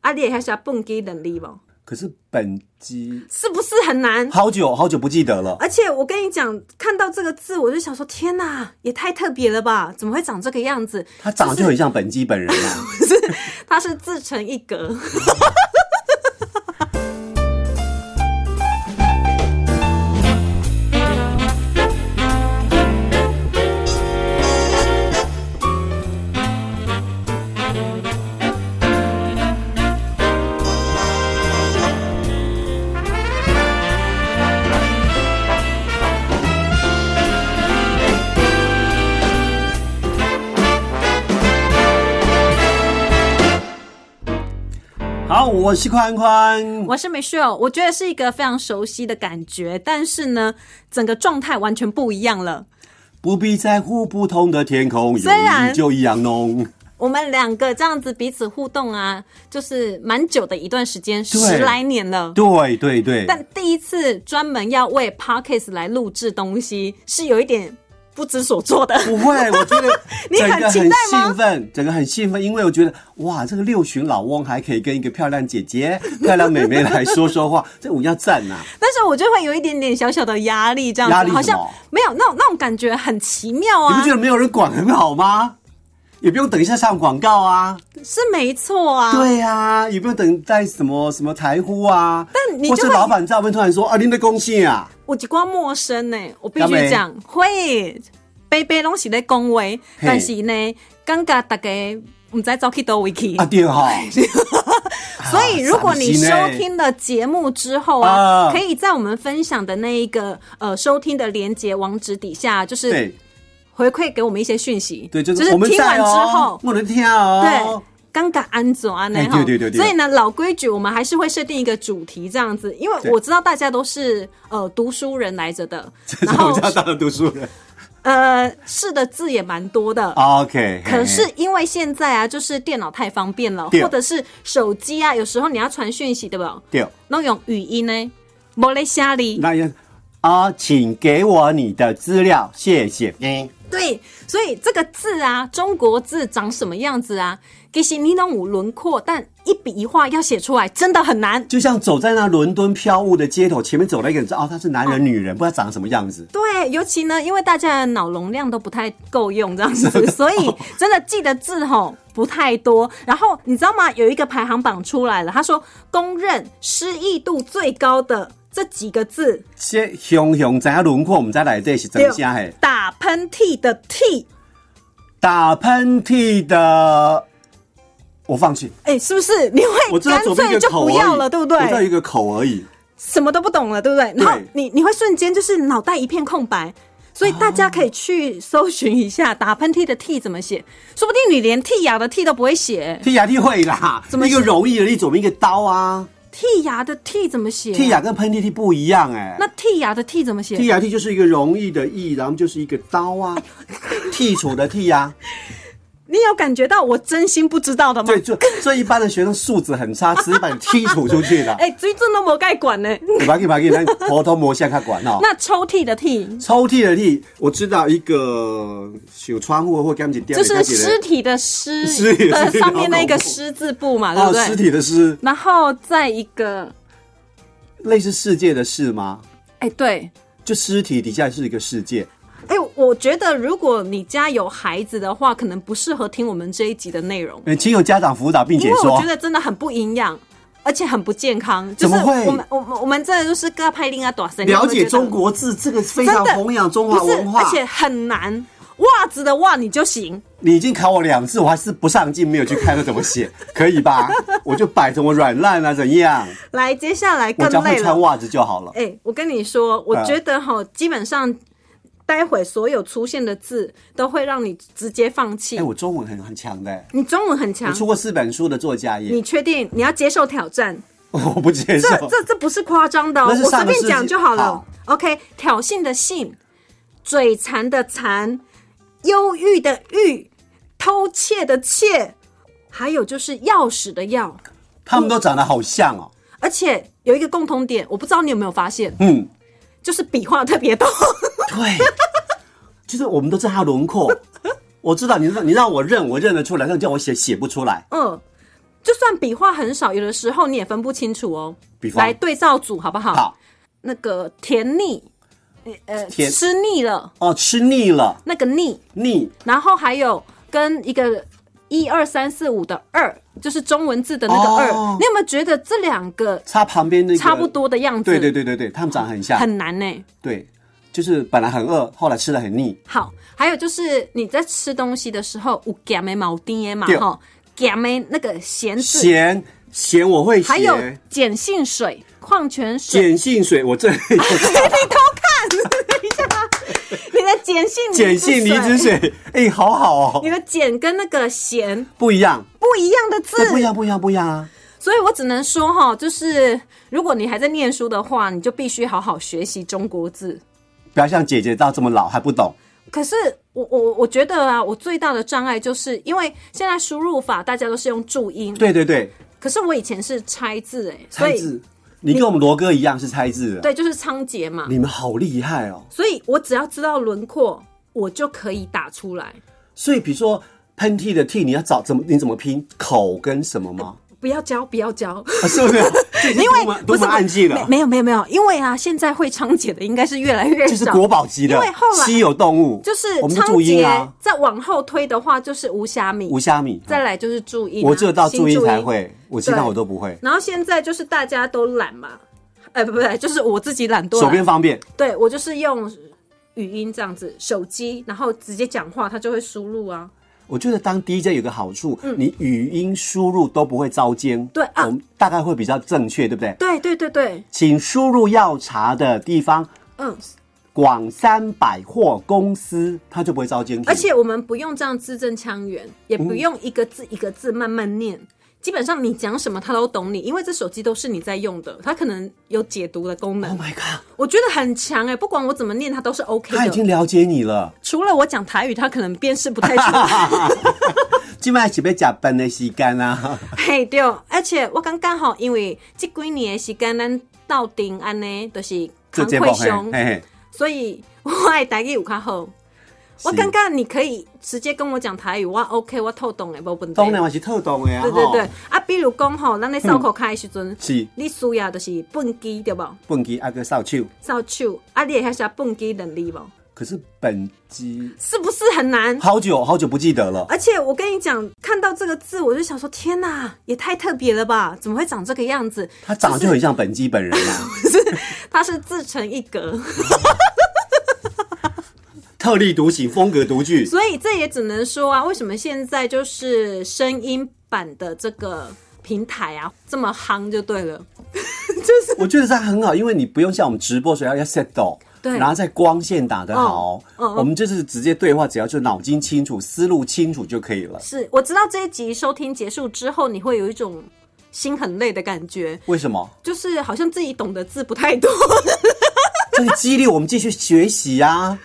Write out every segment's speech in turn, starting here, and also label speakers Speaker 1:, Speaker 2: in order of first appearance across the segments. Speaker 1: 啊，你也还写蹦机能力不？
Speaker 2: 可是本机
Speaker 1: 是不是很难？
Speaker 2: 好久好久不记得了，
Speaker 1: 而且我跟你讲，看到这个字，我就想说，天哪，也太特别了吧？怎么会长这个样子？
Speaker 2: 他长得就很像本机本人啊。
Speaker 1: 它是自成一格。
Speaker 2: 好，我是宽宽，
Speaker 1: 我是美秀，我觉得是一个非常熟悉的感觉，但是呢，整个状态完全不一样了。
Speaker 2: 不必在乎不同的天空，有
Speaker 1: 虽然
Speaker 2: 你就一样浓。
Speaker 1: 我们两个这样子彼此互动啊，就是蛮久的一段时间，
Speaker 2: 对
Speaker 1: 十来年了。
Speaker 2: 对对对，
Speaker 1: 但第一次专门要为 Parkes 来录制东西，是有一点不知所措的。
Speaker 2: 不会，我 觉得
Speaker 1: 你
Speaker 2: 整
Speaker 1: 很
Speaker 2: 个
Speaker 1: 期
Speaker 2: 很
Speaker 1: 待吗
Speaker 2: 兴奋，整个很兴奋，因为我觉得哇，这个六旬老翁还可以跟一个漂亮姐姐、 漂亮妹妹来说说话，这我要赞啊呐、
Speaker 1: 但是我就会有一点点小小的压力，这样
Speaker 2: 压
Speaker 1: 子
Speaker 2: 力什么
Speaker 1: 好像没有那种那种感觉很奇妙
Speaker 2: 你
Speaker 1: 啊
Speaker 2: 不觉，得没有人管很好吗？也不用等一下上广告啊，
Speaker 1: 是没错啊。
Speaker 2: 对啊，也不用等待什么什么台呼啊，
Speaker 1: 但你
Speaker 2: 或
Speaker 1: 就是会
Speaker 2: 老板在我们突然说啊，您的公信啊，
Speaker 1: 我一光陌生呢、我必
Speaker 2: 干嘛
Speaker 1: 须讲会，贝贝拢是咧恭维，
Speaker 2: 嘿
Speaker 1: 但是呢，感觉大家唔知走去倒位去。
Speaker 2: 啊对哈、
Speaker 1: 所以，如果你
Speaker 2: 伤心
Speaker 1: 收
Speaker 2: 欸
Speaker 1: 听了节目之后啊，
Speaker 2: 啊
Speaker 1: 可以在我们分享的那一个呃收听的连接网址底下，就是
Speaker 2: 对
Speaker 1: 回馈给我们一些讯息。
Speaker 2: 对，就是
Speaker 1: 是
Speaker 2: 我们
Speaker 1: 听完
Speaker 2: 在
Speaker 1: 之
Speaker 2: 哦
Speaker 1: 后，，
Speaker 2: 我能听哦，
Speaker 1: 对。尴尬安怎安呢
Speaker 2: 哎？
Speaker 1: 哈
Speaker 2: 对对对对
Speaker 1: 所以呢，老规矩，我们还是会设定一个主题这样子，因为
Speaker 2: 对
Speaker 1: 我知道大家都是呃读书人来着的，
Speaker 2: 这
Speaker 1: 然
Speaker 2: 是我
Speaker 1: 后
Speaker 2: 们家大的读书人。
Speaker 1: 呃是的字也蛮多的。
Speaker 2: 哦 OK，嘿
Speaker 1: 可是因为现在啊，就是电脑太方便了，
Speaker 2: 对
Speaker 1: 或者是手机啊，有时候你要传讯息，对不对？
Speaker 2: 对，
Speaker 1: 拢用语音呢，无咧写哩。
Speaker 2: 那也啊，请给我你的资料，谢谢。嗯，
Speaker 1: 对，所以这个字啊，中国字长什么样子啊？其实你拢有轮廓，但一笔一画要写出来真的很难。
Speaker 2: 就像走在那伦敦飘雾的街头，前面走了一个人，知道哦，他是男人、女人，
Speaker 1: 嗯
Speaker 2: 不知道长什么样子。
Speaker 1: 对，尤其呢，因为大家的脑容量都不太够用这样 子，所以
Speaker 2: 哦
Speaker 1: 真的记的字吼不太多。然后你知道吗？有一个排行榜出来了，他说公认失忆度最高的这几个字，
Speaker 2: 先熊熊在轮廓，我们再来这是真相嘿。
Speaker 1: 打喷嚏的嚏，
Speaker 2: 打喷嚏的，我放弃，
Speaker 1: 哎，是不是？你
Speaker 2: 我
Speaker 1: 会
Speaker 2: 知道
Speaker 1: 干
Speaker 2: 左边一
Speaker 1: 脆
Speaker 2: 个
Speaker 1: 就
Speaker 2: 口
Speaker 1: 不
Speaker 2: 而已
Speaker 1: 要了，对不对？
Speaker 2: 我知道一个口而已。
Speaker 1: 什么都不懂了，对不对？然后
Speaker 2: 对
Speaker 1: 你你会瞬间就是脑袋一片空白，所以大家可以去搜寻一下打喷嚏的嚏怎么写，说不定你连剔牙的剔都不会写，
Speaker 2: 剔牙剔会啦，
Speaker 1: 怎么
Speaker 2: 一个容易的，你左边一个刀啊。
Speaker 1: 剔牙的剔怎么写？
Speaker 2: 剔牙跟喷嚏剔不一样哎、
Speaker 1: 那剔牙的剔怎么写
Speaker 2: 剔？牙剔就是一个容易的易，然后就是一个刀啊，剔除的剔啊。
Speaker 1: 你有感觉到我真心不知道的吗？
Speaker 2: 对，就所以一般的学生素质很差，直接把你剔除出去的。
Speaker 1: 哎，最近都没盖管呢。
Speaker 2: 你把给把给，那头头摸下看管哦。
Speaker 1: 那抽屉的屉
Speaker 2: 抽屉的屉，我知道一个有窗户或干净掉，
Speaker 1: 就是
Speaker 2: 自己的
Speaker 1: 尸体的尸
Speaker 2: 尸体的
Speaker 1: 的
Speaker 2: 尸
Speaker 1: 上面那
Speaker 2: 好恐怖
Speaker 1: 个尸字部嘛，对
Speaker 2: 哦
Speaker 1: 不，
Speaker 2: 尸
Speaker 1: 对？
Speaker 2: 体的尸，
Speaker 1: 然后再一个，
Speaker 2: 类似世界的世吗？
Speaker 1: 哎，对，
Speaker 2: 就尸体底下是一个世界，
Speaker 1: 哎、我觉得如果你家有孩子的话，可能不适合听我们这一集的内容，
Speaker 2: 呃请有家长辅导并
Speaker 1: 因
Speaker 2: 解
Speaker 1: 为我
Speaker 2: 说
Speaker 1: 觉。得真的很不营养，而且很不健康。就
Speaker 2: 怎
Speaker 1: 是
Speaker 2: 么会
Speaker 1: 我们我们我们这就是各派另啊短声，
Speaker 2: 了解中国字，这个非
Speaker 1: 你有没有
Speaker 2: 常
Speaker 1: 觉得
Speaker 2: 弘扬中
Speaker 1: 真的
Speaker 2: 华
Speaker 1: 不是
Speaker 2: 文化
Speaker 1: 而。且很难。袜子的袜你就行，
Speaker 2: 你已经考我两次，我还是不上进，没有去看它怎 么写，可以吧？我就摆着我软烂啊，怎样？
Speaker 1: 来，接下来
Speaker 2: 我
Speaker 1: 更
Speaker 2: 只要
Speaker 1: 累
Speaker 2: 会
Speaker 1: 了
Speaker 2: 穿。袜子就好了。
Speaker 1: 哎、我跟你说，我
Speaker 2: 啊
Speaker 1: 觉得哈，基本上待会所有出现的字都会让你直接放弃。
Speaker 2: 哎，我中文很很强的、
Speaker 1: 你中文很强
Speaker 2: 我，出过四本书的作家耶，
Speaker 1: 你确定你要接受挑战？
Speaker 2: 我不接受
Speaker 1: 这。这这不是夸张的、哦，
Speaker 2: 那是
Speaker 1: 我
Speaker 2: 上
Speaker 1: 随
Speaker 2: 个世
Speaker 1: 便
Speaker 2: 纪
Speaker 1: 讲就好了。
Speaker 2: 好
Speaker 1: OK，挑衅的衅，嘴馋的馋，忧郁的郁，偷窃的窃，还有就是钥匙的钥。
Speaker 2: 他们都长得好像哦。
Speaker 1: 而且有一个共同点，我不知道你有没有发现，
Speaker 2: 嗯，
Speaker 1: 就是笔画特别多。
Speaker 2: 对，就是我们都知道他轮廓。我知道你让你让我认，我认得出来，但叫我写写不出来。
Speaker 1: 嗯，就算笔画很少，有的时候你也分不清楚哦。
Speaker 2: 比方
Speaker 1: 来对照组好不好？
Speaker 2: 好
Speaker 1: 那个甜腻，呃，
Speaker 2: 甜
Speaker 1: 吃腻了
Speaker 2: 哦，吃腻了，
Speaker 1: 那个腻，
Speaker 2: 腻
Speaker 1: 然后还有跟一个一二三四五的二，就是中文字的那个二、
Speaker 2: 哦
Speaker 1: 你有没有觉得这两个
Speaker 2: 擦旁边那个
Speaker 1: 差不，多的样子？
Speaker 2: 对对对对对，他们长得很像，
Speaker 1: 很难呢、
Speaker 2: 对，就是本来很饿，后来吃的很腻，
Speaker 1: 好，还有就是你在吃东西的时候，有咸的毛丁耶嘛
Speaker 2: 对
Speaker 1: 吼，咸的那个咸字，
Speaker 2: 咸咸我会
Speaker 1: 还有
Speaker 2: 咸，
Speaker 1: 碱性水、矿泉水，
Speaker 2: 碱性水我这里 有
Speaker 1: 你的碱性
Speaker 2: 碱性离子，水， 哎，好好
Speaker 1: 你
Speaker 2: 哦，
Speaker 1: 的碱跟那个咸
Speaker 2: 不一样，
Speaker 1: 不一样的字
Speaker 2: 对，，不一样，不一样，不一样啊，
Speaker 1: 所以我只能说哈，就是如果你还在念书的话，你就必须好好学习中国字。
Speaker 2: 不要像姐姐到这么老还不懂，
Speaker 1: 可是我我我觉得啊，我最大的障碍就是因为现在输入法大家都是用注音，
Speaker 2: 对对对，
Speaker 1: 可是我以前是拆字哎、所
Speaker 2: 猜
Speaker 1: 以
Speaker 2: 字，你跟我们罗哥一样是猜字的，
Speaker 1: 对，就是仓颉嘛。
Speaker 2: 你们好厉害哦，
Speaker 1: 所以我只要知道轮廓，我就可以打出来。
Speaker 2: 所以比如说喷嚏的嚏，你要找怎么你怎么拼口跟什么吗？
Speaker 1: 不要教，不要教，
Speaker 2: 啊是不是？这已 经
Speaker 1: 因
Speaker 2: 多
Speaker 1: 为
Speaker 2: 么
Speaker 1: 不
Speaker 2: 多
Speaker 1: 是
Speaker 2: 么暗记了
Speaker 1: 没。没有没有没有，因为啊，现在会仓颉的应该是越来越
Speaker 2: 就是
Speaker 1: 少。
Speaker 2: 国宝级的，
Speaker 1: 因为后来
Speaker 2: 稀有动物，
Speaker 1: 就是
Speaker 2: 我们
Speaker 1: 仓
Speaker 2: 注音
Speaker 1: 颉
Speaker 2: 啊，
Speaker 1: 再往后推的话，就是无虾米，
Speaker 2: 无虾米，
Speaker 1: 再来就是注音啊、
Speaker 2: 我只有到注音
Speaker 1: 新
Speaker 2: 才。会，我其他
Speaker 1: 对
Speaker 2: 我都不会，
Speaker 1: 然后现在就是大家都懒嘛，呃，不不对，就是我自己懒惰
Speaker 2: 手
Speaker 1: 啦。
Speaker 2: 边方便，
Speaker 1: 对我就是用语音这样子，手机然后直接讲话，它就会输入啊。
Speaker 2: 我觉得当 DJ 有个好处，你语音输入都不会遭奸，
Speaker 1: 嗯对啊
Speaker 2: 我们大概会比较正确，对不对？
Speaker 1: 对对对对，
Speaker 2: 请输入要查的地方
Speaker 1: 嗯，
Speaker 2: 广三百货公司，它就不会遭奸。
Speaker 1: 而且我们不用这样字正腔圆，也不用一个字一个字慢慢念。基本上你讲什么他都懂你，因为这手机都是你在用的，它可能有解读的功能
Speaker 2: ，Oh，my god，
Speaker 1: 我觉得很强哎、不管我怎么念，它都是 OK
Speaker 2: 他已
Speaker 1: 的。
Speaker 2: 经了解你了。
Speaker 1: 除了我讲台语，它可能辨识不太出来。
Speaker 2: 今晚是被假班的吸干啊，
Speaker 1: 嘿，对，而且我刚刚好，因为这几年的时间，咱到顶安呢，就是
Speaker 2: 这节目
Speaker 1: 愧
Speaker 2: 嘿
Speaker 1: 熊，
Speaker 2: 嘿嘿，
Speaker 1: 所以我爱台语有较好。我
Speaker 2: 是
Speaker 1: 刚刚你可以直接跟我讲台语，我 OK，我透懂诶，欸无问题。
Speaker 2: 当然我是特懂的呀，
Speaker 1: 对对对
Speaker 2: 吼，，
Speaker 1: 啊，比如讲吼，咱咧扫口开的时阵，
Speaker 2: 是
Speaker 1: 你需要就是蹦机对无？
Speaker 2: 蹦极阿哥扫帚，
Speaker 1: 扫手，啊，你会晓写蹦机能力无？
Speaker 2: 可是本机
Speaker 1: 是不是很难？
Speaker 2: 好久好久不记得了。
Speaker 1: 而且我跟你讲，看到这个字，我就想说，天哪，也太特别了吧？怎么会长这个样子？
Speaker 2: 他长得就很像本机本人啊，
Speaker 1: 它是自成一格，
Speaker 2: 特立独行，风格独具。
Speaker 1: 所以这也只能说啊，为什么现在就是声音版的这个平台啊这么夯就对了。
Speaker 2: 我觉得这样很好，因为你不用像我们直播时候要 set 到，
Speaker 1: 对
Speaker 2: 然后在光线打得好，
Speaker 1: 嗯嗯
Speaker 2: 我们就是直接对话，只要就脑筋清楚、思路清楚就可以了。
Speaker 1: 是我知道这一集收听结束之后，你会有一种心很累的感觉，
Speaker 2: 为什么？
Speaker 1: 就是好像自己懂的字不太多。
Speaker 2: 这个激励我们继续学习啊，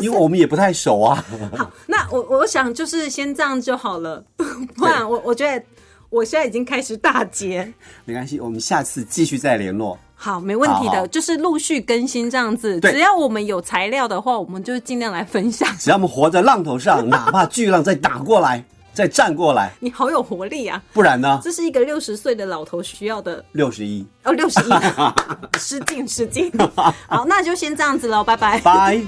Speaker 2: 因为我们也不太熟啊。
Speaker 1: 好，那我我想就是先这样就好了， 不然我我觉得我现在已经开始打结。
Speaker 2: 没关系，我们下次继续再联络。
Speaker 1: 好，没问题
Speaker 2: 好
Speaker 1: 的，
Speaker 2: 好
Speaker 1: 就是陆续更新这样子。
Speaker 2: 对
Speaker 1: 只要我们有材料的话，我们就尽量来分享。
Speaker 2: 只要我们活在浪头上，哪怕巨浪再打过来、再站过来，
Speaker 1: 你好有活力啊！
Speaker 2: 不然呢？
Speaker 1: 这是一个六十岁的老头需要的
Speaker 2: 六十一，
Speaker 1: 哦，六十一，失敬失敬。好，那就先这样子喽，拜拜。
Speaker 2: 拜。